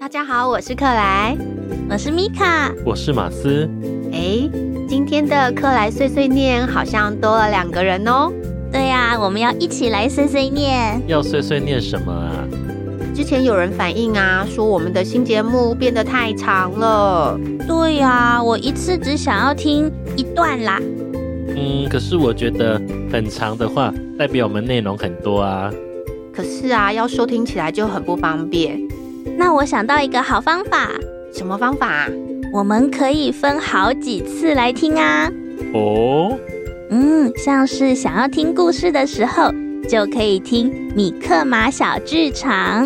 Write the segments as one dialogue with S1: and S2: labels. S1: 大家好，我是克莱，
S2: 我是米卡。
S3: 我是马斯，
S1: 哎，今天的克莱碎碎念好像多了两个人哦。
S2: 对呀、我们要一起来碎碎念。
S3: 要碎碎念什么啊？
S1: 之前有人反映啊，说我们的新节目变得太长了。
S2: 对呀、我一次只想要听一段啦。
S3: 嗯，可是我觉得很长的话，代表我们内容很多啊。
S1: 可是啊，要收听起来就很不方便。
S2: 那我想到一个好方法，
S1: 什么方法、啊？
S2: 我们可以分好几次来听啊。
S3: 哦，
S2: 嗯，像是想要听故事的时候，就可以听《米克马小剧场》。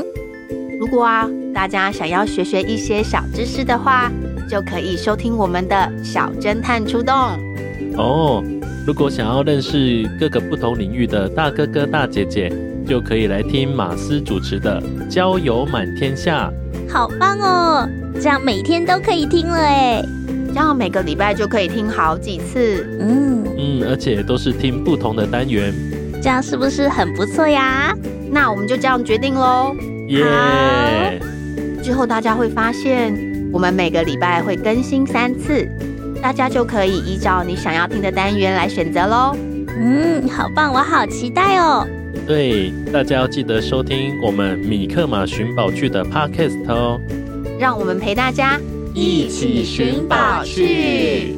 S1: 如果啊，大家想要学学一些小知识的话，就可以收听我们的《小侦探出动》。
S3: 哦，如果想要认识各个不同领域的大哥哥大姐姐，就可以来听马斯主持的《交友满天下》。
S2: 好棒哦！这样每天都可以听了哎。
S1: 这样每个礼拜就可以听好几次。
S2: 嗯，
S3: 嗯，而且都是听不同的单元。
S2: 这样是不是很不错呀？
S1: 那我们就这样决定喽。
S3: 耶、
S1: 之后大家会发现，我们每个礼拜会更新三次，大家就可以依照你想要听的单元来选择喽。
S2: 嗯，好棒，我好期待哦。
S3: 对，大家要记得收听我们米克马寻宝剧的 Podcast 哦。
S1: 让我们陪大家
S3: 一起寻宝去。